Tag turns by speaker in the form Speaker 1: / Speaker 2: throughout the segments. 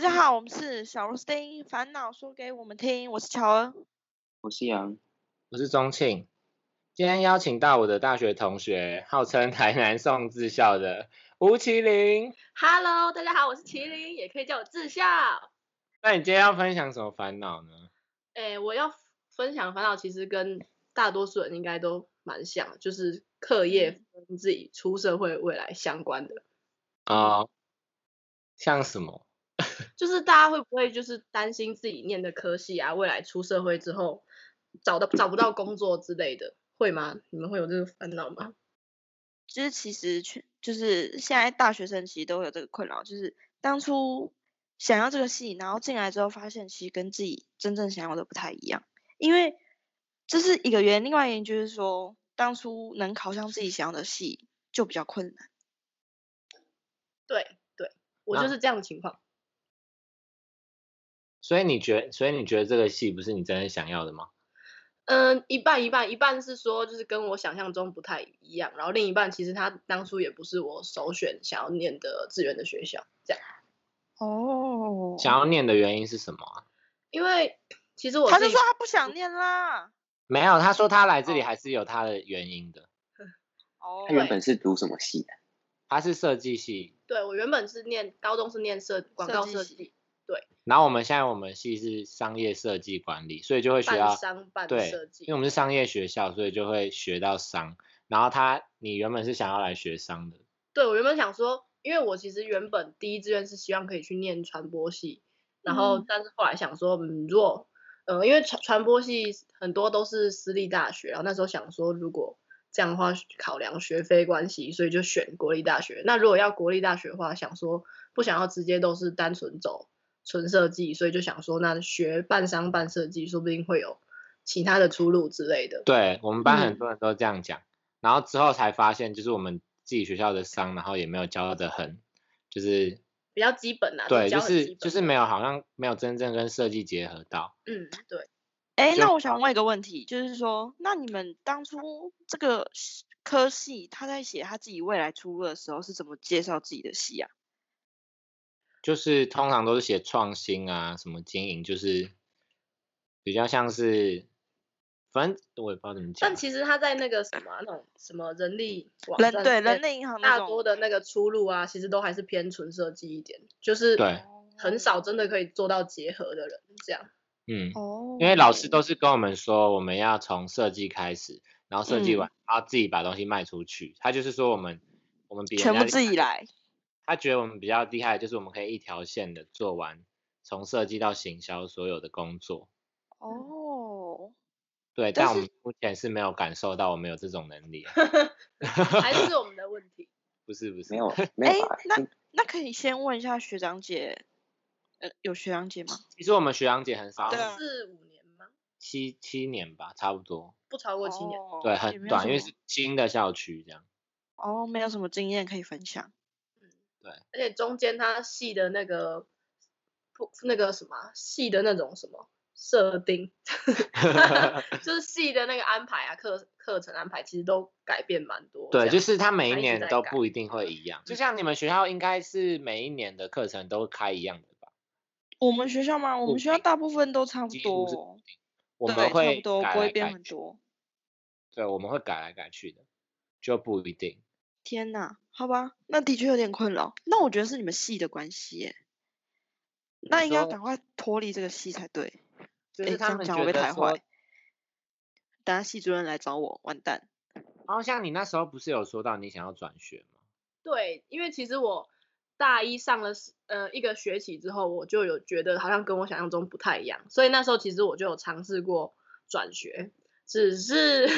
Speaker 1: 家好，我们是小螺丝钉，烦恼说给我们听。我是乔恩，
Speaker 2: 我是杨，
Speaker 3: 我是钟庆。今天邀请到我的大学同学，号称台南宋智孝的吴麒麟。
Speaker 4: Hello，大家好，我是麒麟，也可以叫我智孝。
Speaker 3: 那你今天要分享什么烦恼呢？
Speaker 4: 哎，我要分享烦恼，其实跟大多数人应该都蛮像，就是课业跟自己出社会未来相关的。
Speaker 3: 啊、像什么？
Speaker 4: 就是大家会不会就是担心自己念的科系啊，未来出社会之后找到找不到工作之类的，会吗？你们会有这个烦恼吗？
Speaker 1: 就是其实去就是现在大学生其实都有这个困扰，就是当初想要这个系，然后进来之后发现其实跟自己真正想要的不太一样，因为这是一个原因，另外一个原因就是说当初能考上自己想要的系就比较困难。
Speaker 4: 对对，我就
Speaker 3: 啊
Speaker 4: 是这样的情况。
Speaker 3: 所以你觉，所以你觉得这个戏不是你真正想要的吗？
Speaker 4: 嗯，一半一半，一半是说就是跟我想象中不太一样，然后另一半其实他当初也不是我首选想要念的志愿的学校，这样。
Speaker 1: 哦
Speaker 3: 想要念的原因是什么啊、
Speaker 4: 因为 其实我
Speaker 1: 他
Speaker 4: 自
Speaker 1: 就
Speaker 4: 己
Speaker 1: 说他不想念啦。
Speaker 3: 没有，他说他来这里
Speaker 1: 哦
Speaker 3: 还是有他的原因的。
Speaker 1: 哦
Speaker 2: 他，原本是读什么系的？
Speaker 3: 他是设计系，
Speaker 4: 对我原本是念高中是念设广
Speaker 1: 设
Speaker 4: 告
Speaker 1: 计
Speaker 4: 设
Speaker 1: 系
Speaker 4: 计，
Speaker 3: 然后我们现在我们系是商业设计管理，所以就会学
Speaker 4: 半
Speaker 1: 啊
Speaker 3: 到
Speaker 4: 商半
Speaker 3: 对
Speaker 4: 设计
Speaker 3: 因为我们是商业学校，所以就会学到商。然后他，你原本是想要来学商的，
Speaker 4: 对我原本想说，因为我其实原本第一志愿是希望可以去念传播系，然后
Speaker 1: 嗯
Speaker 4: 但是后来想说，嗯，如果呃，因为传传播系很多都是私立大学，然后那时候想说，如果这样的话考量学费关系，所以就选国立大学。那如果要国立大学的话，想说不想要直接都是单纯走纯设计，所以就想说，那学半商半设计，说不定会有其他的出路之类的。
Speaker 3: 对我们班
Speaker 1: 嗯
Speaker 3: 很多人都这样讲，然后之后才发现，就是我们自己学校的商，然后也没有教的很，就是
Speaker 4: 比较基本啊，
Speaker 3: 对，
Speaker 4: 教
Speaker 3: 就
Speaker 4: 很
Speaker 3: 是
Speaker 4: 基
Speaker 3: 就
Speaker 4: 本
Speaker 3: 是
Speaker 4: 的
Speaker 3: 没有好像没有真正跟设计结合到。
Speaker 4: 嗯，对。
Speaker 1: 哎，
Speaker 3: 就
Speaker 1: 那我想问一个问题，就是说，那你们当初这个系科系他在写他自己未来出路的时候，是怎么介绍自己的系啊？
Speaker 3: 就是通常都是写创新啊，什么经营，就是比较像是，反正我也不知道怎么讲啊
Speaker 4: 但。其实他在那个什么啊那种什么人力网
Speaker 1: 人
Speaker 4: 站
Speaker 1: 对
Speaker 4: 之类
Speaker 1: 人类银行那
Speaker 4: 大
Speaker 1: 种
Speaker 4: 多的那个出路啊，其实都还是偏纯设计一点，就是
Speaker 3: 对，
Speaker 1: 嗯
Speaker 4: 很少真的可以做到结合的人这 样。
Speaker 3: 嗯，
Speaker 1: 哦，
Speaker 3: 因为老师都是跟我们说，我们要从设计开始，然后设计
Speaker 1: 嗯
Speaker 3: 完，然后自己把东西卖出去。他就是说我们我们比人
Speaker 1: 全
Speaker 3: 家
Speaker 1: 部
Speaker 3: 厉
Speaker 1: 自己
Speaker 3: 害。
Speaker 1: 来，
Speaker 3: 他觉得我们比较厉害，就是我们可以一条线的做完从设计到行销所有的工作。
Speaker 1: 嗯哦，
Speaker 3: 对，
Speaker 1: 但
Speaker 3: 但我
Speaker 1: 是
Speaker 3: 们目前是没有感受到我们有这种 能力啊，
Speaker 4: 还是我们的问题。
Speaker 3: 不是不 是
Speaker 2: 没，有，没有啊吧？
Speaker 1: 哎那
Speaker 2: 应
Speaker 1: 那可以先问一下学长姐，呃，有学长姐吗？
Speaker 3: 其实我们学长姐很少，
Speaker 1: 对啊
Speaker 4: 四五年吗？
Speaker 3: 七七年吧，差不多，
Speaker 4: 不超过七年。
Speaker 1: 哦
Speaker 3: 对，
Speaker 1: 也
Speaker 3: 很
Speaker 1: 没有
Speaker 3: 短，
Speaker 1: 什
Speaker 3: 因为
Speaker 1: 么
Speaker 3: 是新的校区 这样。
Speaker 1: 哦，没有什么经验可以分享。
Speaker 4: 而且中间他系的那个不那个什么啊系的那种什么设定， 就是系的那个安排啊，课课程安排其实都改变蛮多这样。
Speaker 3: 对，就是它每一
Speaker 4: 它一直
Speaker 3: 年
Speaker 4: 在
Speaker 3: 都
Speaker 4: 改
Speaker 3: 不一定会一
Speaker 1: 嗯
Speaker 3: 样，就像你们学校应该是每一年的课程都开一样的吧？
Speaker 1: 我们学校吗？我们
Speaker 3: 固
Speaker 1: 学校
Speaker 3: 定
Speaker 1: 大部分都差不
Speaker 3: 几乎是固
Speaker 1: 多，
Speaker 3: 定。我
Speaker 1: 对
Speaker 3: 们
Speaker 1: 差
Speaker 3: 会
Speaker 1: 不多
Speaker 3: 改
Speaker 1: 不会
Speaker 3: 来
Speaker 1: 变
Speaker 3: 改
Speaker 1: 很
Speaker 3: 去
Speaker 1: 多。
Speaker 3: 对，我们会改来改去的，就不一定。
Speaker 1: 天呐，好吧，那的确有点困扰。那我觉得是你们系的关系耶，那
Speaker 3: 你
Speaker 1: 应该要
Speaker 3: 说
Speaker 1: 赶快脱离这个系才对。
Speaker 3: 就
Speaker 1: 诶
Speaker 3: 是
Speaker 1: 这
Speaker 3: 他
Speaker 1: 样
Speaker 3: 们
Speaker 1: 讲
Speaker 3: 觉
Speaker 1: 我被
Speaker 3: 得
Speaker 1: 抬
Speaker 3: 说
Speaker 1: 坏，。等下系主任来找我，完蛋。
Speaker 3: 然后像你那时候不是有说到你想要转学 吗？
Speaker 4: 对，因为其实我大一上了是呃一个学期之后，我就有觉得好像跟我想象中不太一样，所以那时候其实我就有尝试过转学，只是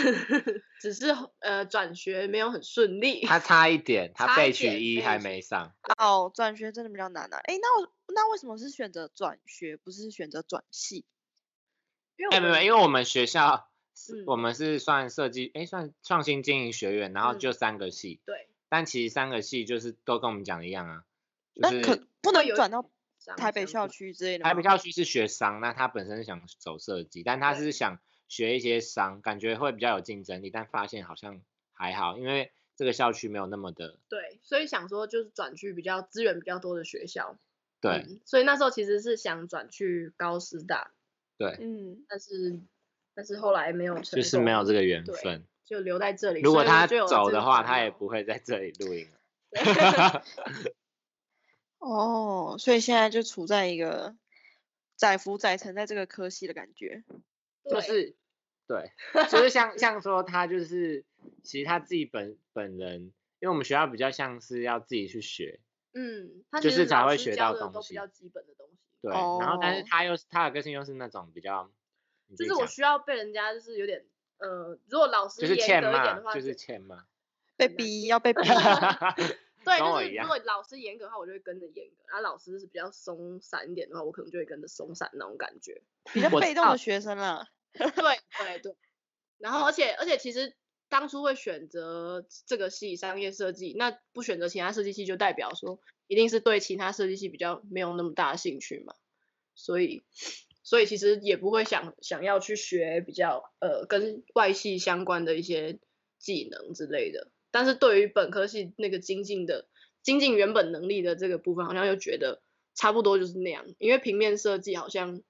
Speaker 4: 只是呃转学没有很顺利。
Speaker 3: 他差一点，他
Speaker 4: 差一
Speaker 3: 被取
Speaker 4: 点
Speaker 3: 一
Speaker 4: 被
Speaker 3: 还
Speaker 4: 取
Speaker 3: 没 上，
Speaker 1: 哦，转学真的比较难啊。诶，那我那为什么是选择转学，不是选择转系？
Speaker 4: 因为
Speaker 3: 哎，
Speaker 4: 我
Speaker 3: 没有，
Speaker 4: 们
Speaker 3: 因为我们学校是
Speaker 4: 嗯
Speaker 3: 我们是算设计，哎，算创新经营学院，然后
Speaker 4: 嗯
Speaker 3: 就三个系，
Speaker 4: 对
Speaker 3: 但其实三个系就是都跟我们讲的一样啊，就
Speaker 1: 那
Speaker 3: 是
Speaker 1: 可不能
Speaker 4: 有
Speaker 1: 转到
Speaker 4: 这样
Speaker 1: 台北
Speaker 4: 这
Speaker 1: 校
Speaker 4: 样子
Speaker 1: 区之类的吗？
Speaker 3: 台北校区是学商，那他本身是想走设计，但他
Speaker 4: 嗯对
Speaker 3: 是想学一些商，感觉会比较有竞争力，但发现好像还好，因为这个校区没有那么的
Speaker 4: 对，所以想说就是转去比较资源比较多的学校，
Speaker 3: 对
Speaker 4: 嗯所以那时候其实是想转去高师大，
Speaker 3: 对，
Speaker 1: 嗯，
Speaker 4: 但是但是后来没有成
Speaker 3: 就是没有
Speaker 4: 功
Speaker 3: 这个缘
Speaker 4: 对
Speaker 3: 分。
Speaker 4: 就留在这里。
Speaker 3: 如果
Speaker 4: 所以我
Speaker 3: 他
Speaker 4: 就有
Speaker 3: 走
Speaker 4: 这个
Speaker 3: 的话，
Speaker 4: 烦
Speaker 3: 他也
Speaker 4: 恼
Speaker 3: 不会在这里录音了。
Speaker 1: 哦，所以现在就处在一个载浮载沉在这个科系的感觉。
Speaker 3: 就
Speaker 4: 对
Speaker 3: 是 对，就是像像说他就是，其实他自己本本人，因为我们学校比较像是要自己去学，
Speaker 4: 嗯，他
Speaker 3: 就
Speaker 4: 其实
Speaker 3: 是才
Speaker 4: 老
Speaker 3: 会
Speaker 4: 师
Speaker 3: 学
Speaker 4: 教
Speaker 3: 到
Speaker 4: 的
Speaker 3: 东
Speaker 4: 都
Speaker 3: 西
Speaker 4: 比较基本的东西。
Speaker 3: 对，然后但是
Speaker 1: 哦
Speaker 3: 他又是他的个性又是那种比较，你自
Speaker 4: 就
Speaker 3: 己
Speaker 4: 是我
Speaker 3: 讲
Speaker 4: 需要被人家就是有点呃，如果老师
Speaker 3: 就是
Speaker 4: 严
Speaker 3: 欠
Speaker 4: 格一点
Speaker 3: 骂
Speaker 4: 的话，，
Speaker 3: 就是欠骂，
Speaker 1: 被
Speaker 4: 那
Speaker 1: 逼
Speaker 4: 你
Speaker 1: 要 被逼
Speaker 4: 对，
Speaker 3: 跟我
Speaker 4: 就
Speaker 3: 一
Speaker 4: 是如
Speaker 3: 样
Speaker 4: 果老师严格的话，我就会跟着严格；然后老师是比较松散一点的话，我可能就会跟着松散那种感觉。
Speaker 1: 比较
Speaker 3: 我
Speaker 1: 被
Speaker 3: 知
Speaker 1: 动
Speaker 3: 道
Speaker 1: 的学生啦。
Speaker 4: 对对对。然后，而且而且，其实当初会选择这个系商业设计，那不选择其他设计系，就代表说一定是对其他设计系比较没有那么大的兴趣嘛。所以，所以其实也不会想想要去学比较呃跟外系相关的一些技能之类的。但是对于本科系那个精进的精进原本能力的这个部分，好像又觉得差不多就是那样，因为平面设计好像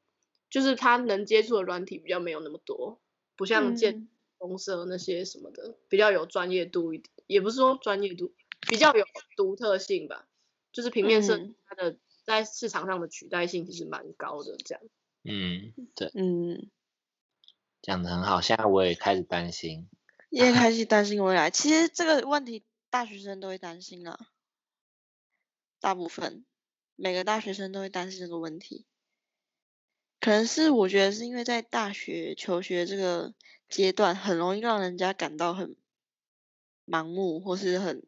Speaker 4: 就是它能接触的软体比较没有那么多，不像建
Speaker 1: 嗯
Speaker 4: 公社那些什么的、比较有专业度一点，也不是说专业度，比较有独特性吧。就是平面设计
Speaker 1: 嗯
Speaker 4: 它的、在市场上的取代性其实蛮高的，这样。
Speaker 3: 嗯，对，
Speaker 1: 嗯，
Speaker 3: 讲的很好，现在我也开始担心，
Speaker 1: 也开始担心未来。其实这个问题大学生都会担心啦，大部分每个大学生都会担心这个问题。可能是我觉得是因为在大学求学这个阶段，很容易让人家感到很盲目或是很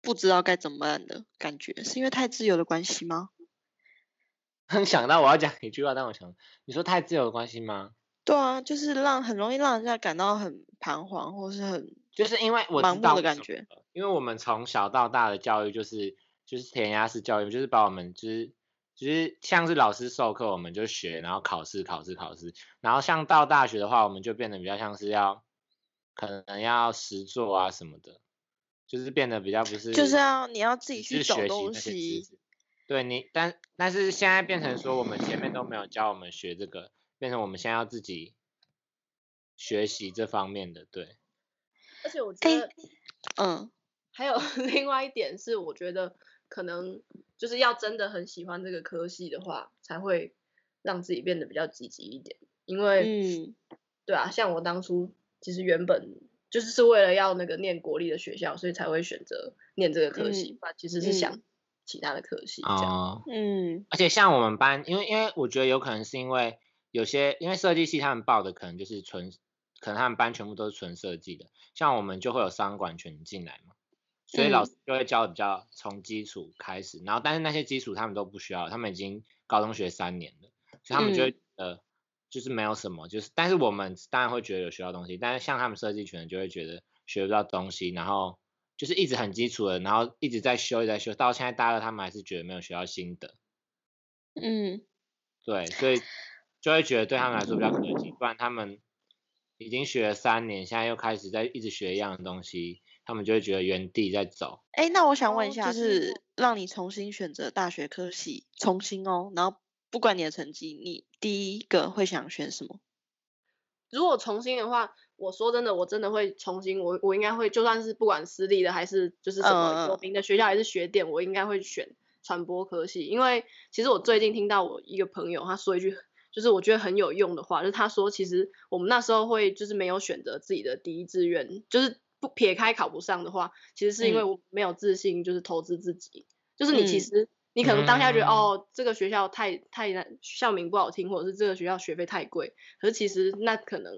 Speaker 1: 不知道该怎么办的感觉，是因为太自由的关系吗？
Speaker 3: 想到我要讲一句话，但我想你说太自由的关系吗？
Speaker 1: 对啊，就是让很容易让人家感到很彷徨或是很
Speaker 3: 就是因为我
Speaker 1: 盲
Speaker 3: 知
Speaker 1: 目
Speaker 3: 道
Speaker 1: 的
Speaker 3: 为
Speaker 1: 感
Speaker 3: 什么
Speaker 1: 觉
Speaker 3: 了，因为我们从小到大的教育就是就是填鸭式教育，就是把我们就是就是像是老师授课，我们就学，然后考试考试考试，然后像到大学的话，我们就变得比较像是要可能要实做啊什么的，就是变得比较不是
Speaker 1: 就是要你要自己
Speaker 3: 只
Speaker 1: 去
Speaker 3: 是
Speaker 1: 找
Speaker 3: 学习
Speaker 1: 东
Speaker 3: 那些知
Speaker 1: 西
Speaker 3: 识对你，但但是现在变成说我们前面都没有教我们学这个，变成我们现在要自己学习这方面的，对。
Speaker 4: 而且我觉
Speaker 1: 哎
Speaker 4: 得
Speaker 1: 嗯
Speaker 4: 还有 另外一点是，我觉得可能就是要真的很喜欢这个科系的话，才会让自己变得比较积极一点，因为、
Speaker 1: 嗯
Speaker 4: 对啊，像我当初其实原本就是是为了要那个念国立的学校，所以才会选择念这个科系
Speaker 1: 嗯
Speaker 4: 吧，其实是想
Speaker 1: 嗯
Speaker 4: 其他的科系这样。
Speaker 3: 哦，
Speaker 1: 嗯
Speaker 3: 而且像我们班，因为因为我觉得有可能是因为有些因为设计系他们报的可能就是纯，可能他们班全部都是纯设计的，像我们就会有商管全进来嘛，所以老
Speaker 1: 嗯
Speaker 3: 师就会教的比较从基础开始，然后但是那些基础他们都不需要，他们已经高中学三年了，所以他们就会觉得就是没有什么，就是但是我们当然会觉得有学到东西，但是像他们设计圈就会觉得学不到东西，然后就是一直很基础的，然后一直在修，一直在修，到现在大二他们还是觉得没有学到新的。
Speaker 1: 嗯
Speaker 3: 对，所以就会觉得对他们来说比较可惜，不然他们已经学了三年，现在又开始在一直学一样的东西，他们就会觉得原地在走。
Speaker 1: 哎、那我想问一
Speaker 4: 哦
Speaker 1: 下，
Speaker 4: 就是
Speaker 1: 让你重新选择大学科系，重新哦，然后不管你的成绩，你第一个会想选什么？
Speaker 4: 如果重新的话，我说真的，我真的会重新，我我应该会，就算是不管私立的还是就是什么
Speaker 1: 嗯嗯
Speaker 4: 有
Speaker 1: 嗯
Speaker 4: 名的学校还是学店，我应该会选传播科系，因为其实我最近听到我一个朋友他说一句，就是我觉得很有用的话，就是他说其实我们那时候会就是没有选择自己的第一志愿，就是不撇开考不上的话，其实是因为
Speaker 1: 嗯
Speaker 4: 我没有自信，就是投资自己，就是你其
Speaker 1: 嗯
Speaker 4: 实。你可能当下觉得、
Speaker 3: 嗯
Speaker 4: 哦，这个学校太太难，校名不好听，或者是这个学校学费太贵，可是其实那可能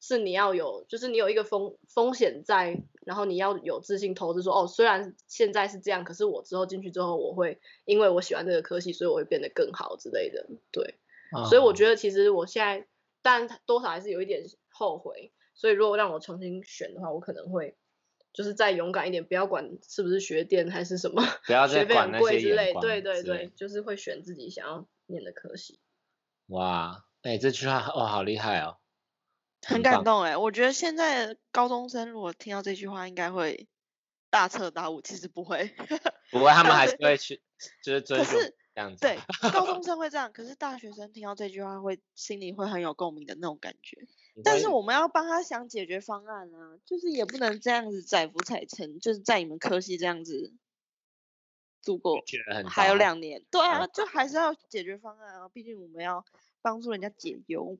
Speaker 4: 是你要有，就是你有一个风风险在，然后你要有自信投资说，哦，虽然现在是这样，可是我之后进去之后，我会因为我喜欢这个科系，所以我会变得更好之类的。对，
Speaker 3: 哦
Speaker 4: 所以我觉得其实我现在，但多少还是有一点后悔。所以如果让我重新选的话，我可能会就是再勇敢一点，不要管是不是学电还是什么，
Speaker 3: 不要再
Speaker 4: 学费
Speaker 3: 管
Speaker 4: 很
Speaker 3: 那
Speaker 4: 贵
Speaker 3: 些
Speaker 4: 之
Speaker 3: 眼
Speaker 4: 类。
Speaker 3: 光
Speaker 4: 对对
Speaker 3: 之类
Speaker 4: 对，就是会选自己想要念的科系。
Speaker 3: 得哇，哎、这句话哦，好厉害 哦，
Speaker 1: 很
Speaker 3: 很
Speaker 1: 感
Speaker 3: 棒
Speaker 1: 动哎、我觉得现在的高中生如果听到这句话，应该会大彻大悟，其实不会。
Speaker 3: 不过他们还是会去，就是遵
Speaker 1: 可
Speaker 3: 循
Speaker 1: 是
Speaker 3: 这样子。
Speaker 1: 对，高中生会这样，可是大学生听到这句话会心里会很有共鸣的那种感觉。
Speaker 3: 你
Speaker 1: 但
Speaker 3: 会
Speaker 1: 是我们要帮他想解决方案啊，就是也不能这样子载浮载沉，就是在你们科系这样子度过
Speaker 3: 觉得很
Speaker 1: 还有
Speaker 3: 糟
Speaker 1: 两年。对
Speaker 3: 嗯
Speaker 1: 啊，就还是要解决方案啊，毕竟我们要帮助人家解忧。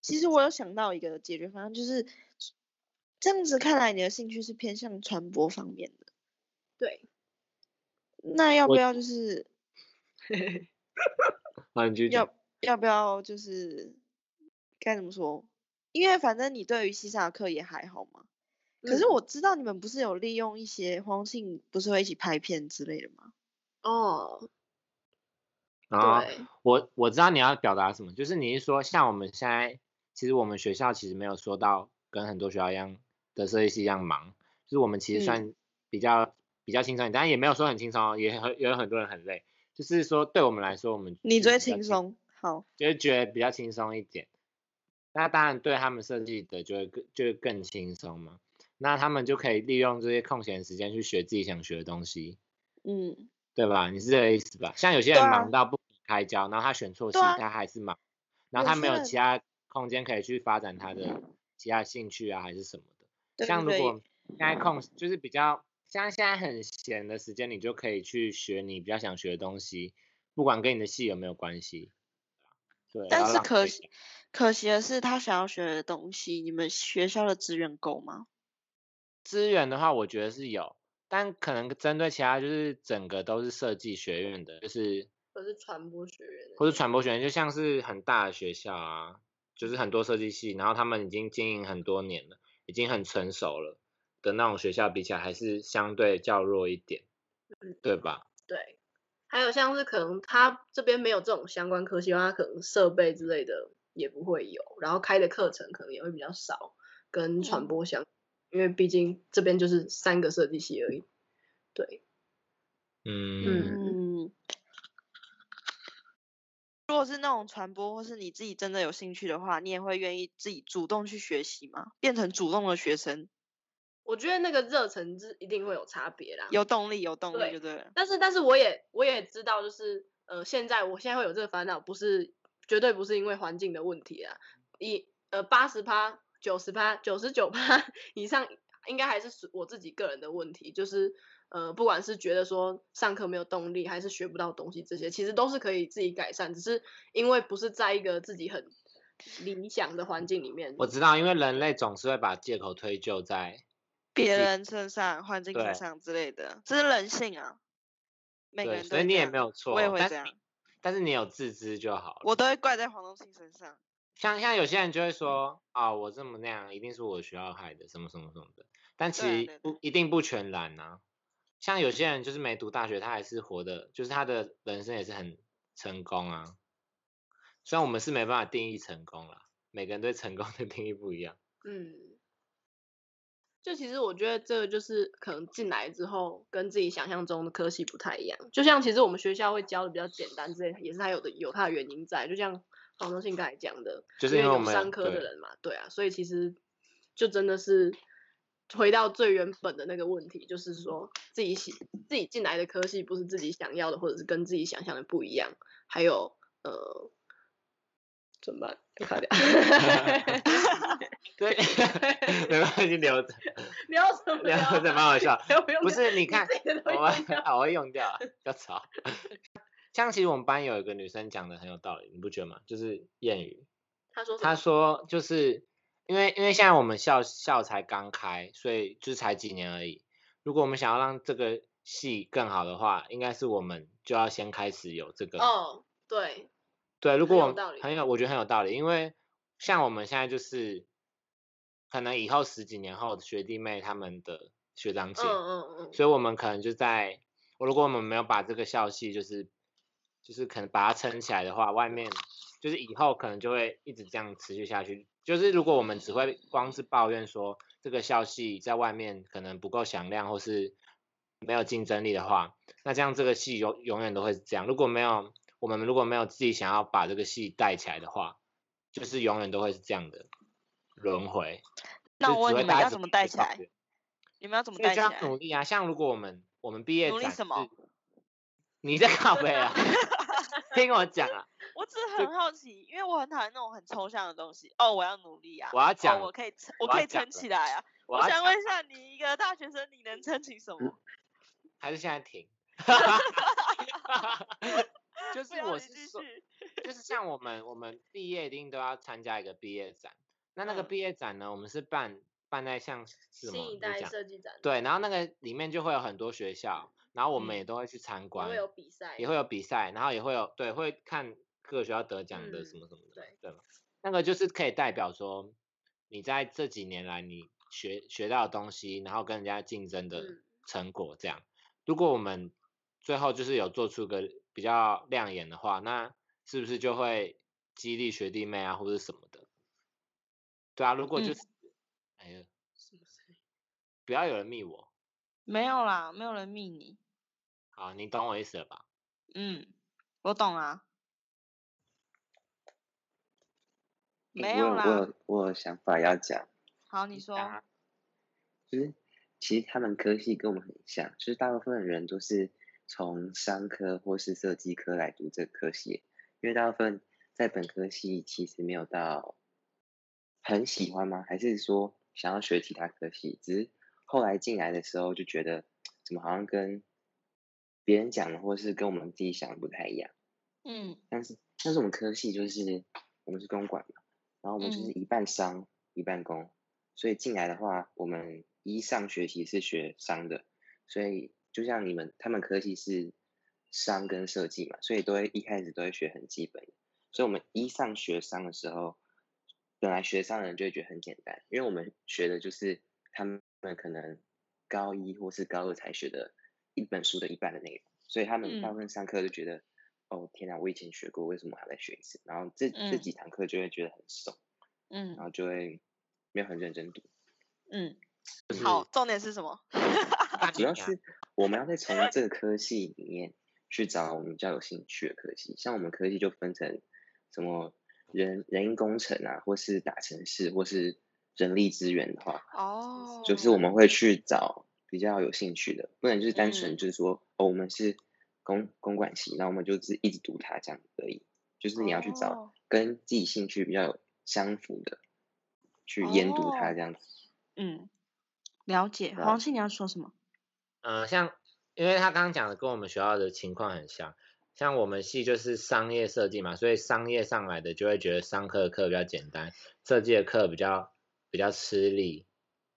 Speaker 1: 其实我有想到一个解决方案，就是这样子看来，你的兴趣是偏向传播方面的。
Speaker 4: 对，
Speaker 1: 那要
Speaker 3: 我
Speaker 1: 不要就是
Speaker 3: 好，你继续讲
Speaker 1: 要要不要就是该怎么说？因为反正你对于西萨克也还好嘛。可是
Speaker 4: 嗯
Speaker 1: 我知道你们不是有利用一些黄庆，不是会一起拍片之类的吗？
Speaker 4: 哦，
Speaker 3: 啊，
Speaker 4: 对，
Speaker 3: 我我知道你要表达什么，就是你是说像我们现在，其实我们学校其实没有说到跟很多学校一样的设计系一样忙，就是我们其实
Speaker 1: 嗯
Speaker 3: 算比较、比较轻松一点，但也没有说很轻松哦，也很也有很多人很累，就是说对我们来说，我们
Speaker 1: 你
Speaker 3: 就
Speaker 1: 最
Speaker 3: 是比较
Speaker 1: 轻，松，好，
Speaker 3: 就是觉得比较轻松一点。那当然对他们设计的就会更就会更轻松嘛，那他们就可以利用这些空闲时间去学自己想学的东西，
Speaker 1: 嗯，
Speaker 3: 对吧？你是这个意思吧？像有些
Speaker 1: 对
Speaker 3: 人
Speaker 1: 啊
Speaker 3: 忙到不开交，然后他选错戏，
Speaker 1: 对啊
Speaker 3: 他还是忙，然后
Speaker 1: 有
Speaker 3: 他没
Speaker 1: 些
Speaker 3: 有
Speaker 1: 人
Speaker 3: 其他空间可以去发展他的其他兴趣啊，还是什么的。
Speaker 1: 对
Speaker 3: 像如
Speaker 1: 对
Speaker 3: 果现在空就是比较像现在很闲的时间，你就可以去学你比较想学的东西，不管跟你的戏有没有关系。对，
Speaker 1: 但
Speaker 3: 然后
Speaker 1: 是
Speaker 3: 浪
Speaker 1: 可
Speaker 3: 费
Speaker 1: 惜可惜的是，他想要学的东西，你们学校的资源够吗？
Speaker 3: 资源的话，我觉得是有，但可能针对其他就是整个都是设计学院的，就是
Speaker 4: 我是传播学院的，
Speaker 3: 或是传播学院，就像是很大的学校啊，就是很多设计系，然后他们已经经营很多年了，已经很成熟了的那种学校比起来，还是相对较弱一点
Speaker 4: 嗯，
Speaker 3: 对吧？
Speaker 4: 对，还有像是可能他这边没有这种相关科系，然后他可能设备之类的也不会有，然后开的课程可能也会比较少，跟传
Speaker 1: 嗯
Speaker 4: 播相，因为毕竟这边就是三个设计系而已。对，
Speaker 3: 嗯，
Speaker 1: 嗯，如果是那种传播，或是你自己真的有兴趣的话，你也会愿意自己主动去学习吗？变成主动的学生，
Speaker 4: 我觉得那个热忱是一定会有差别啦。
Speaker 1: 有动力，有动
Speaker 4: 对
Speaker 1: 力就对了。
Speaker 4: 但是但是我也我也知道，就是呃，现在我现在会有这个烦恼，不是绝对不是因为环境的问题啊，一呃八十趴、九十趴、九十九趴以上，应该还是属我自己个人的问题，就是呃，不管是觉得说上课没有动力，还是学不到东西，这些其实都是可以自己改善，只是因为不是在一个自己很理想的环境里面，
Speaker 3: 我知道，因为人类总是会把借口推就在，
Speaker 1: 别
Speaker 3: 己
Speaker 1: 人身上、环境身
Speaker 3: 对
Speaker 1: 上之类的，这是人性啊。每个
Speaker 3: 对，
Speaker 1: 人
Speaker 3: 所
Speaker 1: 都
Speaker 3: 以
Speaker 1: 是
Speaker 3: 你
Speaker 1: 这
Speaker 3: 也
Speaker 1: 样
Speaker 3: 没有错，
Speaker 1: 我也会这
Speaker 3: 但是
Speaker 1: 样
Speaker 3: 你，但是你有自知就好了。
Speaker 1: 我都会怪在黄东庆身上。
Speaker 3: 像像有些人
Speaker 1: 嗯
Speaker 3: 就会说啊、我这么那样，一定是我学校害的，什么什么什么的。但其
Speaker 1: 对啊
Speaker 3: 实
Speaker 1: 对
Speaker 3: 不一定不全然呐、像有些人就是没读大学，他还是活的，就是他的人生也是很成功啊。虽然我们是没办法定义成功啦，每个人对成功的定义不一样。
Speaker 4: 嗯，就其实我觉得这个就是可能进来之后跟自己想象中的科系不太一样。就像其实我们学校会教的比较简单之类，也是它有的有它的原因在。就像黄宗信刚才讲的，
Speaker 3: 就是
Speaker 4: 因
Speaker 3: 因为我
Speaker 4: 有
Speaker 3: 们
Speaker 4: 商科的
Speaker 3: 对
Speaker 4: 人嘛，对啊，所以其实就真的是回到最原本的那个问题，就是说自己喜自己进来的科系不是自己想要的，或者是跟自己想象的不一样，还有呃。怎么办？就卡掉，
Speaker 3: 对，没关系，留着
Speaker 4: 聊什
Speaker 3: 留
Speaker 4: 么聊
Speaker 3: 着，
Speaker 4: 啊
Speaker 3: 蛮好笑。
Speaker 4: 不用
Speaker 3: 不
Speaker 4: 讲
Speaker 3: 是你看哦
Speaker 4: 自己的东
Speaker 3: 我
Speaker 4: 西
Speaker 3: 们我会用 掉啊，不要吵。 像其实我们班有一个女生讲的很有道理，你不觉得吗？就是谚语，
Speaker 4: 他说什
Speaker 3: 他
Speaker 4: 么？
Speaker 3: 说就是因为因为现在我们校校才刚开，所以就是才几年而已。如果我们想要让这个系更好的话，应该是我们就要先开始有这个。
Speaker 4: 哦，对，
Speaker 3: 对，如
Speaker 4: 很
Speaker 3: 果
Speaker 4: 有
Speaker 3: 我们
Speaker 4: 道理
Speaker 3: 很有，我觉得很有道理，因为像我们现在就是，可能以后十几年后学弟妹他们的学长姐，
Speaker 4: 嗯嗯嗯，
Speaker 3: 所以我们可能就在，如果我们没有把这个校系就是就是可能把它撑起来的话，外面就是以后可能就会一直这样持续下去。就是如果我们只会光是抱怨说这个校系在外面可能不够响亮或是没有竞争力的话，那这样这个系永永远都会是这样。如果没有我们如果没有自己想要把这个系带起来的话，就是永远都会是这样的轮回。就
Speaker 1: 那
Speaker 3: 是
Speaker 1: 我问
Speaker 3: 只
Speaker 1: 你们
Speaker 3: 会大家
Speaker 1: 要
Speaker 3: 只
Speaker 1: 怎么
Speaker 3: 会
Speaker 1: 带
Speaker 3: 去
Speaker 1: 起
Speaker 3: 抱
Speaker 1: 来
Speaker 3: 怨
Speaker 1: 你们要怎么
Speaker 3: 所以
Speaker 1: 带起
Speaker 3: 就要
Speaker 1: 来？
Speaker 3: 努力啊！像如果我们我们毕业
Speaker 1: 努力
Speaker 3: 展
Speaker 1: 什么
Speaker 3: 示？你在靠背啊？ 听我 讲啊！
Speaker 1: 我只是很好奇，因为我很讨厌那种很抽象的东西。哦，我要努力啊！
Speaker 3: 我要讲
Speaker 1: 哦，
Speaker 3: 了
Speaker 1: 我可以撑，我
Speaker 3: 我要
Speaker 1: 可以
Speaker 3: 讲
Speaker 1: 撑
Speaker 3: 了
Speaker 1: 起来啊！
Speaker 3: 我要
Speaker 1: 想
Speaker 3: 讲嗯
Speaker 1: 问一下，你一个大学生，你能撑起什么？
Speaker 3: 还是现 在停？ 就是
Speaker 1: 不要
Speaker 3: 我
Speaker 1: 你
Speaker 3: 是
Speaker 1: 继
Speaker 3: 说，
Speaker 1: 续。
Speaker 3: 就是像我们我们毕业一定都要参加一个毕业展，那那个
Speaker 1: 嗯
Speaker 3: 毕业展呢，我们是办办在像是什么
Speaker 4: 新一
Speaker 3: 你
Speaker 4: 代
Speaker 3: 讲
Speaker 4: 设计展，
Speaker 3: 对，然后那个里面就会有很多学校，然后我们
Speaker 1: 嗯
Speaker 3: 也都会去参
Speaker 4: 也
Speaker 3: 观，
Speaker 4: 会有比赛，
Speaker 3: 也会有比赛，然后也会有对会看各个学校得奖的什
Speaker 4: 嗯
Speaker 3: 么什么的，
Speaker 4: 对
Speaker 3: 对吗？那个就是可以代表说你在这几年来你学学到的东西，然后跟人家竞争的
Speaker 4: 嗯
Speaker 3: 成果这样。如果我们最后就是有做出个比较亮眼的话，那是不是就会激励学弟妹啊或者什么的？对啊，如果就
Speaker 1: 嗯
Speaker 3: 是、哎呀，不要有人密我，
Speaker 1: 没有啦，没有人密你。
Speaker 3: 好，你懂我意思了吧？
Speaker 1: 嗯，我懂啊。没
Speaker 2: 我
Speaker 1: 有
Speaker 2: 我
Speaker 1: 啦。
Speaker 2: 有我有想法要讲，
Speaker 1: 好，你说。
Speaker 3: 啊
Speaker 2: 就是其实他们科系跟我们很像，就是大部分人都是从商科或是设计科来读这科系，因为大部分在本科系其实没有到很喜欢吗？还是说想要学其他科系？只是后来进来的时候就觉得，怎么好像跟别人讲的或是跟我们自己想的不太一样。
Speaker 1: 嗯
Speaker 2: 但是但是我们科系就是我们是公管嘛，然后我们就是
Speaker 1: 嗯
Speaker 2: 一半商、一半工，所以进来的话，我们一上学期是学商的，所以就像你们他们科系是商跟设计嘛，所以都会一开始都会学很基本的，所以我们一上学商的时候，本来学商的人就会觉得很简单，因为我们学的就是他们可能高一或是高二才学的一本书的一半的内容，所以他们大部分上课就觉得。哦天哪，我以前学过，为什么还在学一次？然后这这
Speaker 1: 嗯
Speaker 2: 几堂课就会觉得很松，
Speaker 1: 嗯
Speaker 2: 然后就会没有很认真读。
Speaker 1: 嗯。
Speaker 3: 就是
Speaker 1: 好，重点是什么？
Speaker 3: 大
Speaker 2: 主要
Speaker 3: 一 啊
Speaker 2: 是我们要再从这个科系里面去找我们比较有兴趣的科系，像我们科系就分成什么人人因工程啊，或是打城市，或是人力资源的话，
Speaker 1: 哦。
Speaker 2: 就是我们会去找比较有兴趣的，不能就是单纯
Speaker 1: 嗯
Speaker 2: 就是说、哦我们是公公管系，那我们就是一直读它这样而已，就是你要去找
Speaker 1: 哦
Speaker 2: 跟自己兴趣比较有相符的去研读它
Speaker 1: 哦
Speaker 2: 这样子。
Speaker 1: 嗯，了解。
Speaker 2: 对啊
Speaker 1: 黄信，你要说什么？
Speaker 3: 嗯，像因为他刚刚讲的跟我们学校的情况很像，像我们系就是商业设计嘛，所以商业上来的就会觉得商科的课比较简单，设计的课比较比较吃力，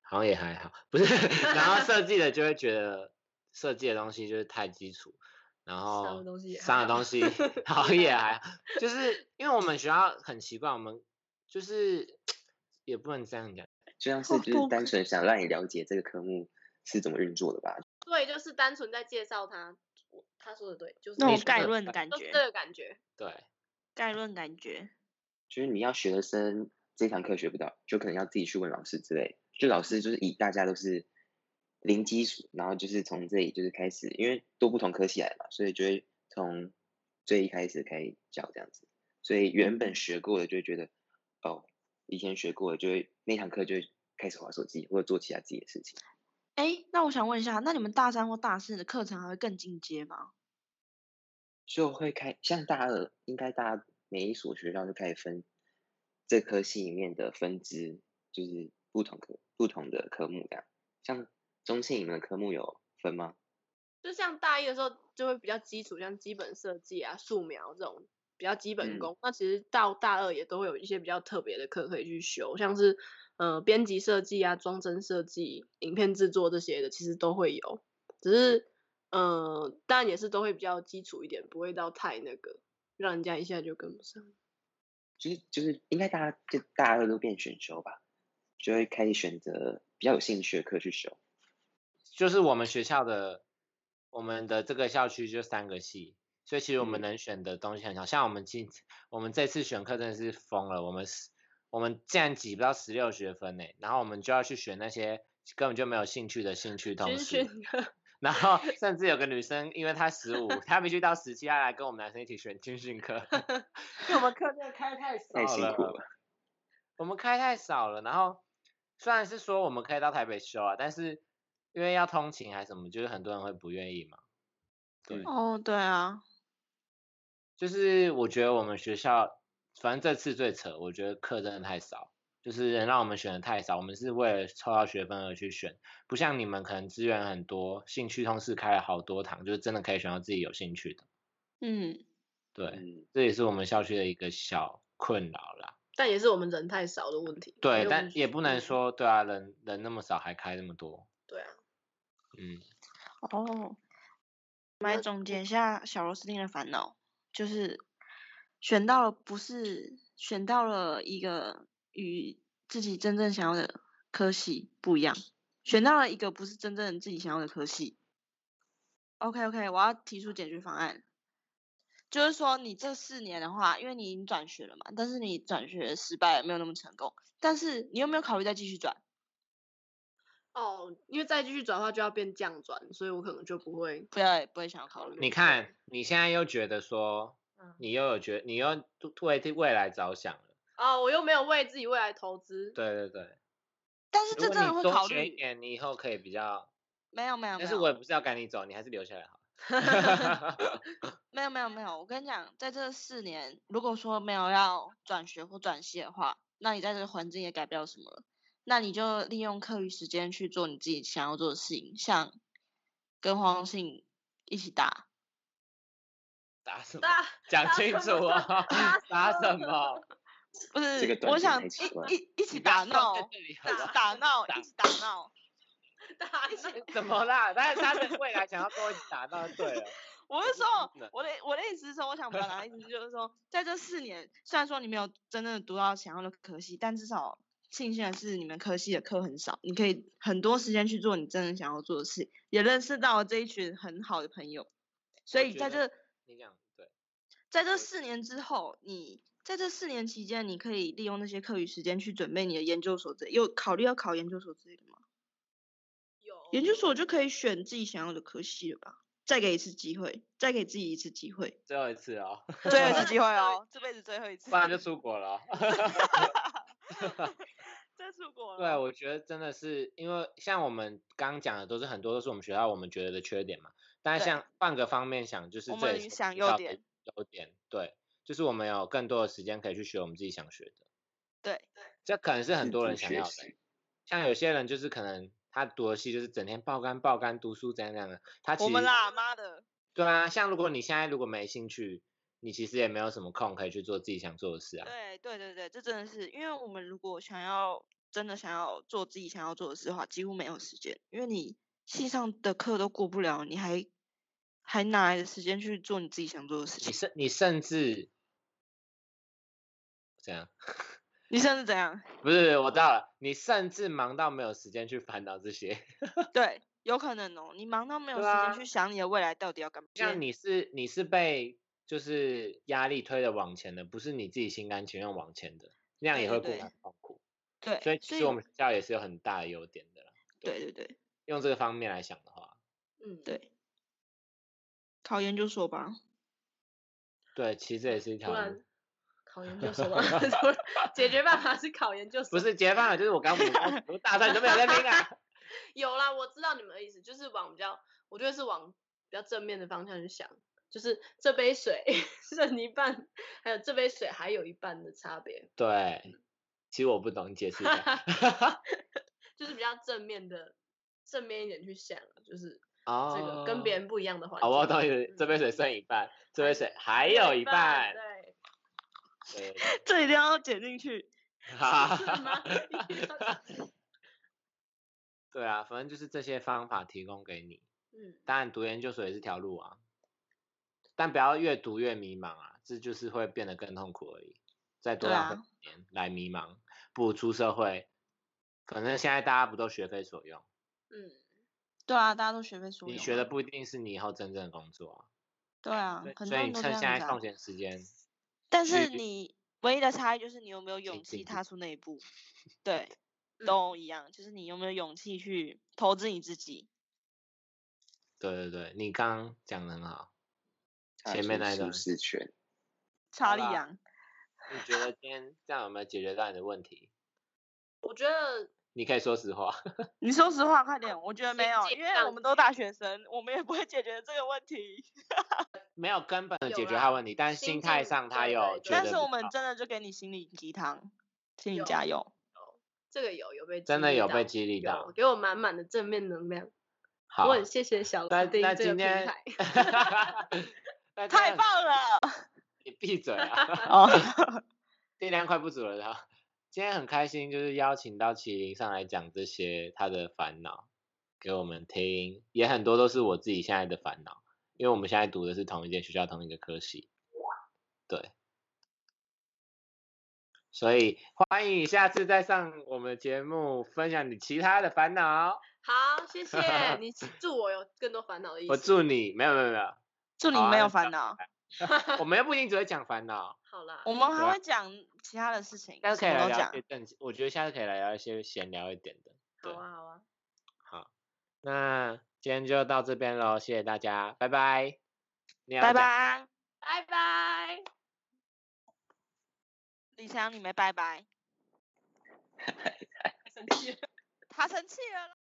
Speaker 3: 好像也还好，不是。然后设计的就会觉得设计的东西就是太基础，然后
Speaker 4: 商的东西也还
Speaker 3: 商的
Speaker 4: 好
Speaker 3: 东西 好像也还好，就是因为我们学校很奇怪，我们就是也不能这样讲，
Speaker 2: 就像是
Speaker 1: 哦
Speaker 2: 就是
Speaker 1: 不
Speaker 2: 单
Speaker 1: 可
Speaker 2: 纯想让你了解这个科目是怎么运作的吧。
Speaker 4: 对，就是单纯在介绍他，我他说的对，就是
Speaker 1: 那
Speaker 3: 你
Speaker 1: 种
Speaker 3: 说
Speaker 1: 概
Speaker 3: 的
Speaker 1: 论
Speaker 3: 对
Speaker 1: 感
Speaker 4: 就是
Speaker 1: 觉
Speaker 4: 这，个感觉，
Speaker 3: 对。
Speaker 1: 概论感觉。
Speaker 2: 就是你要学的深，这堂课学不到，就可能要自己去问老师之类。就老师就是以大家都是零基础，然后就是从这里就是开始，因为都不同科系来嘛，所以就会从最一开始开始教这样子。所以原本学过的就会觉得，哦，以前学过的就会那堂课就会开始划手机或者做其他自己的事情。
Speaker 1: 哎，那我想问一下，那你们大三或大四的课程还会更进阶吗？
Speaker 2: 就会开，像大二应该大家每一所学校就开始分这科系里面的分支，就是不同科不同的科目这样。像中信你们的科目有分吗？
Speaker 4: 就像大一的时候就会比较基础，像基本设计啊、素描这种比较基本
Speaker 2: 嗯
Speaker 4: 功。那其实到大二也都会有一些比较特别的课可以去修，像是呃编辑设计啊、装帧设计、影片制作这些的，其实都会有。只是呃，当然也是都会比较基础一点，不会到太那个，让人家一下就跟不上。
Speaker 2: 就是就是应该大家就大二都变选修吧，就会开始选择比较有兴趣的课去修。
Speaker 3: 就是我们学校的，我们的这个校区就三个系，所以其实我们
Speaker 2: 嗯
Speaker 3: 能选的东西很少。像我们今我们这次选课真的是疯了，我们十我们竟然挤不到十六学分呢，然后我们就要去选那些根本就没有兴趣的兴趣通
Speaker 4: 军
Speaker 3: 识，
Speaker 4: 训课
Speaker 3: 然后甚至有个女生，因为她十五，她必须到十七，她来跟我们男生一起选军训 课， 因为我们课真的开太少
Speaker 2: 太辛苦
Speaker 3: 了
Speaker 2: 了，
Speaker 3: 我们开太少了，然后虽然是说我们可以到台北修啊，但是因为要通勤还是什么，就是很多人会不愿意嘛。对，
Speaker 2: 嗯
Speaker 1: 哦，对啊，
Speaker 3: 就是我觉得我们学校，反正这次最扯，我觉得课真的太少，就是人让我们选的太少。我们是为了凑到学分而去选，不像你们可能资源很多，兴趣通识开了好多堂，就是真的可以选到自己有兴趣的。
Speaker 1: 嗯，
Speaker 3: 对，
Speaker 2: 嗯，
Speaker 3: 这也是我们校区的一个小困扰啦。
Speaker 4: 但也是我们人太少的问题。因
Speaker 3: 对，
Speaker 4: 为我
Speaker 3: 但
Speaker 4: 们
Speaker 3: 也不能
Speaker 4: 嗯
Speaker 3: 说对啊，人人那么少还开那么多，
Speaker 4: 对啊。
Speaker 3: 嗯，
Speaker 1: 哦，我来总结一下小螺丝钉的烦恼，就是选到了不是选到了一个与自己真正想要的科系不一样，选到了一个不是真正自己想要的科系。OK OK，我要提出解决方案，就是说你这四年的话，因为你已经转学了嘛，但是你转学失败了，没有那么成功，但是你有没有考虑再继续转？
Speaker 4: 哦，因为再继续转化就要变降转，所以我可能就不会。
Speaker 1: 不要不会想要考虑。
Speaker 3: 你看你现在又觉得说
Speaker 4: 嗯，
Speaker 3: 你又有觉，你又为未来着想了，
Speaker 4: 哦，我又没有为自己未来投资。
Speaker 3: 对对对，
Speaker 1: 但是
Speaker 3: 如
Speaker 1: 这
Speaker 3: 果
Speaker 1: 真的
Speaker 3: 你
Speaker 1: 会
Speaker 3: 多
Speaker 1: 考
Speaker 3: 学一
Speaker 1: 虑，
Speaker 3: 点，你以后可以比较，
Speaker 1: 没有没有没有。
Speaker 3: 但是我也不是要赶你走，你还是留下来好了。
Speaker 1: 没有没有没有，我跟你讲，在这四年，如果说没有要转学或转系的话，那你在这个环境也改不了什么了。那你就利用课余时间去做你自己想要做的事情，像跟黄宏信一起打，
Speaker 3: 打什么？
Speaker 4: 大
Speaker 3: 讲
Speaker 4: 打
Speaker 3: 清
Speaker 4: 什么
Speaker 3: 楚啊！打
Speaker 4: 打
Speaker 3: 什
Speaker 4: 什
Speaker 3: 么？
Speaker 1: 不是，
Speaker 2: 这个短
Speaker 1: 我
Speaker 2: 点
Speaker 1: 想
Speaker 2: 太
Speaker 1: 一
Speaker 2: 奇怪
Speaker 1: 一一起
Speaker 3: 你不要
Speaker 1: 打
Speaker 3: 放在
Speaker 1: 闹，
Speaker 3: 这
Speaker 1: 一
Speaker 3: 里好
Speaker 1: 起
Speaker 3: 不好
Speaker 1: 打闹，
Speaker 3: 打
Speaker 1: 一起打闹。
Speaker 4: 大什么
Speaker 3: 怎么啦？但是他的未来想要多打到对哦了，
Speaker 1: 我
Speaker 3: 我
Speaker 1: 是
Speaker 3: 是
Speaker 1: 说
Speaker 3: 真的，
Speaker 1: 我的我的意思是说，我想表达的意思就是说，在这四年，虽然说你没有真正的读到想要的科系，但至少庆幸的是，你们科系的课很少，你可以很多时间去做你真的想要做的事，也认识到了这一群很好的朋友。所
Speaker 3: 我
Speaker 1: 以
Speaker 3: 觉
Speaker 1: 在
Speaker 3: 得
Speaker 1: 这
Speaker 3: 你讲对，
Speaker 1: 在这
Speaker 3: 我
Speaker 1: 四年之后，你在这四年期间，你可以利用那些课余时间去准备你的研究所之类，有考虑要考研究所之类的吗？
Speaker 3: 哦
Speaker 4: 有
Speaker 1: 研究所就可以选自己想要的科系了吧？再给一次机会，再给自己一次机会。
Speaker 3: 最后一次哦，
Speaker 1: 最后一次机会哦，这辈子最后一次，
Speaker 3: 不然就出国了哦。
Speaker 1: 真出国
Speaker 3: 对，啊
Speaker 1: 了。
Speaker 3: 我觉得真的是因为像我们刚讲的，都是很多都是我们学校我们觉得的缺点嘛。但是
Speaker 1: 对
Speaker 3: 像换个方面想，就是
Speaker 1: 我
Speaker 3: 这也
Speaker 1: 们
Speaker 3: 是
Speaker 1: 想
Speaker 3: 学
Speaker 1: 优
Speaker 3: 校的
Speaker 1: 点
Speaker 3: 优点对，就是我们有更多的时间可以去学我们自己想学的。
Speaker 1: 对，
Speaker 3: 这可能是很
Speaker 2: 自
Speaker 3: 多
Speaker 2: 主
Speaker 3: 人想
Speaker 2: 学
Speaker 3: 要的。
Speaker 2: 习
Speaker 3: 像有些人就是可能他读的系就是整天爆肝爆肝读书怎样怎样的，他其
Speaker 1: 我
Speaker 3: 实
Speaker 1: 们啦，妈的，
Speaker 3: 对啊，像如果你现在如果没兴趣，你其实也没有什么空可以去做自己想做的事啊。
Speaker 1: 对对对对，这真的是，因为我们如果想要真的想要做自己想要做的事的话，几乎没有时间，因为你系上的课都过不了，你还还哪来的时间去做你自己想做的事
Speaker 3: 你
Speaker 1: 情？
Speaker 3: 甚你甚 至怎样？
Speaker 1: 你现在是怎样？
Speaker 3: 不是，我知道了，你甚至忙到没有时间去烦恼这些。
Speaker 1: 对，有可能哦，你忙到没有时
Speaker 3: 对
Speaker 1: 间
Speaker 3: 啊
Speaker 1: 去想你的未来到底要干嘛。
Speaker 3: 像你是你是被就是压力推的往前的，不是你自己心甘情愿往前的，那样
Speaker 1: 对
Speaker 3: 也
Speaker 1: 对
Speaker 3: 会过
Speaker 1: 对
Speaker 3: 得很痛苦。
Speaker 1: 对，
Speaker 3: 所以其实我们学校也是有很大的优点的啦。
Speaker 1: 对对对
Speaker 3: 用这个方面来想的话，
Speaker 4: 嗯，
Speaker 1: 对，考研究所吧。
Speaker 3: 对，其实也是一条
Speaker 4: 突
Speaker 3: 路
Speaker 4: 然。考研究所吗？ 突然解决办法是考研究所，
Speaker 3: 不是结巴了，就是我刚刚我大战都没有在听啊。
Speaker 4: 有啦，我知道你们的意思，就是往比较，我觉得是往比较正面的方向去想，就是这杯水剩一半，还有这杯水还有一半的差别，
Speaker 3: 对，其实我不懂，你解释一下。
Speaker 4: 就是比较正面的，正面一点去想，啊就是这
Speaker 3: 哦
Speaker 4: 个跟别人不一样的环境。
Speaker 3: 好，啊我懂你的，这杯
Speaker 4: 嗯
Speaker 3: 水剩一半，这杯水还
Speaker 4: 还
Speaker 3: 有一半。
Speaker 4: 对，
Speaker 3: 对，对对
Speaker 1: 这一定要剪进去。
Speaker 3: 哈
Speaker 4: 是吗
Speaker 3: 哈哈 对啊，反正就是这些方法提供给你。
Speaker 4: 嗯，
Speaker 3: 当然，读研究所也是条路啊，但不要越读越迷茫啊，这就是会变得更痛苦而已。再多
Speaker 1: 对
Speaker 3: 浪
Speaker 1: 啊
Speaker 3: 费几年来迷茫，不如出社会。反正现在大家不都学非所用，
Speaker 4: 嗯，
Speaker 1: 对啊，大家都学费所
Speaker 3: 你
Speaker 1: 有
Speaker 3: 学
Speaker 1: 嘛
Speaker 3: 的不一定是你以后真正的工作
Speaker 1: 对
Speaker 3: 啊
Speaker 1: 啊，，很多
Speaker 3: 所以
Speaker 1: 人
Speaker 3: 你
Speaker 1: 都
Speaker 3: 趁
Speaker 1: 这样
Speaker 3: 现
Speaker 1: 子
Speaker 3: 在
Speaker 1: 啊
Speaker 3: 空闲时间，
Speaker 1: 但是
Speaker 3: 去
Speaker 1: 你唯一的差异就是你有没有勇
Speaker 3: 进
Speaker 1: 气
Speaker 3: 步
Speaker 1: 踏出那一 步。对，
Speaker 4: 嗯
Speaker 1: 都一样，就是你有没有勇气去投资你自己。
Speaker 3: 对对对，你刚刚讲的很好。
Speaker 1: 啊
Speaker 2: 踏
Speaker 3: 前面
Speaker 2: 出
Speaker 3: 那一
Speaker 2: 舒
Speaker 3: 段
Speaker 2: 适圈，
Speaker 1: 查
Speaker 3: 好
Speaker 1: 理
Speaker 3: 啦
Speaker 1: 杨，
Speaker 3: 你觉得今天这样有没有解决到你的问题？
Speaker 4: 我觉得
Speaker 3: 你可以说实话。
Speaker 1: 你说实话，快点，我觉得没
Speaker 4: 经
Speaker 1: 有，
Speaker 4: 济
Speaker 1: 因
Speaker 4: 上
Speaker 1: 为我们都大学生，我们也不会解决这个问题。
Speaker 3: 没有根本的
Speaker 4: 有
Speaker 3: 解决
Speaker 4: 啦
Speaker 3: 他问题，但是
Speaker 4: 心
Speaker 3: 心态
Speaker 4: 境
Speaker 3: 上他
Speaker 4: 对
Speaker 3: 有
Speaker 4: 对对
Speaker 3: 觉得
Speaker 1: 但
Speaker 3: 比较，
Speaker 1: 是我们真的就给你心灵鸡汤，请你
Speaker 4: 有
Speaker 1: 加油。
Speaker 4: 这个有有被
Speaker 3: 真的
Speaker 4: 激励
Speaker 3: 有被
Speaker 4: 到
Speaker 3: 激励
Speaker 4: 有
Speaker 3: 到。
Speaker 4: 给我满满的正面能量。
Speaker 3: 好
Speaker 4: 我，很谢谢小
Speaker 3: 但
Speaker 4: 老丁
Speaker 3: 但
Speaker 4: 这个
Speaker 3: 今
Speaker 4: 平
Speaker 3: 天
Speaker 4: 台。
Speaker 3: 但今
Speaker 1: 太
Speaker 3: 天
Speaker 1: 棒了！
Speaker 3: 你闭嘴啊！
Speaker 1: 哦，
Speaker 3: 力量快不足了啦。今天很开心，就是邀请到麒麟上来讲这些他的烦恼给我们听，也很多都是我自己现在的烦恼，因为我们现在读的是同一间学校、同一个科系，对。所以欢迎你下次再上我们的节目，分享你其他的烦恼。
Speaker 4: 好，谢谢你，祝我有更多烦恼的意思。
Speaker 3: 我祝你没有没有没有，
Speaker 1: 祝你
Speaker 3: 好啊
Speaker 1: 没有
Speaker 3: 那
Speaker 1: 烦恼。
Speaker 3: 我们又不一定只会讲烦恼，
Speaker 4: 好啦，
Speaker 1: 我们
Speaker 3: 对
Speaker 1: 还
Speaker 3: 啊
Speaker 1: 会讲其他的事情，
Speaker 3: 但是可以
Speaker 1: 什
Speaker 3: 来
Speaker 1: 么都
Speaker 3: 聊
Speaker 1: 讲
Speaker 3: 一。些正，我觉得下次可以来聊一些闲聊一点的。
Speaker 4: 好
Speaker 3: 对
Speaker 4: 啊好啊，
Speaker 3: 好，那今天就到这边喽，谢谢大家，拜拜。你要
Speaker 1: 拜
Speaker 3: 讲
Speaker 1: 拜，
Speaker 4: 拜拜。
Speaker 1: 李 强，你没拜拜，
Speaker 4: 太生气了。
Speaker 1: 他生气了。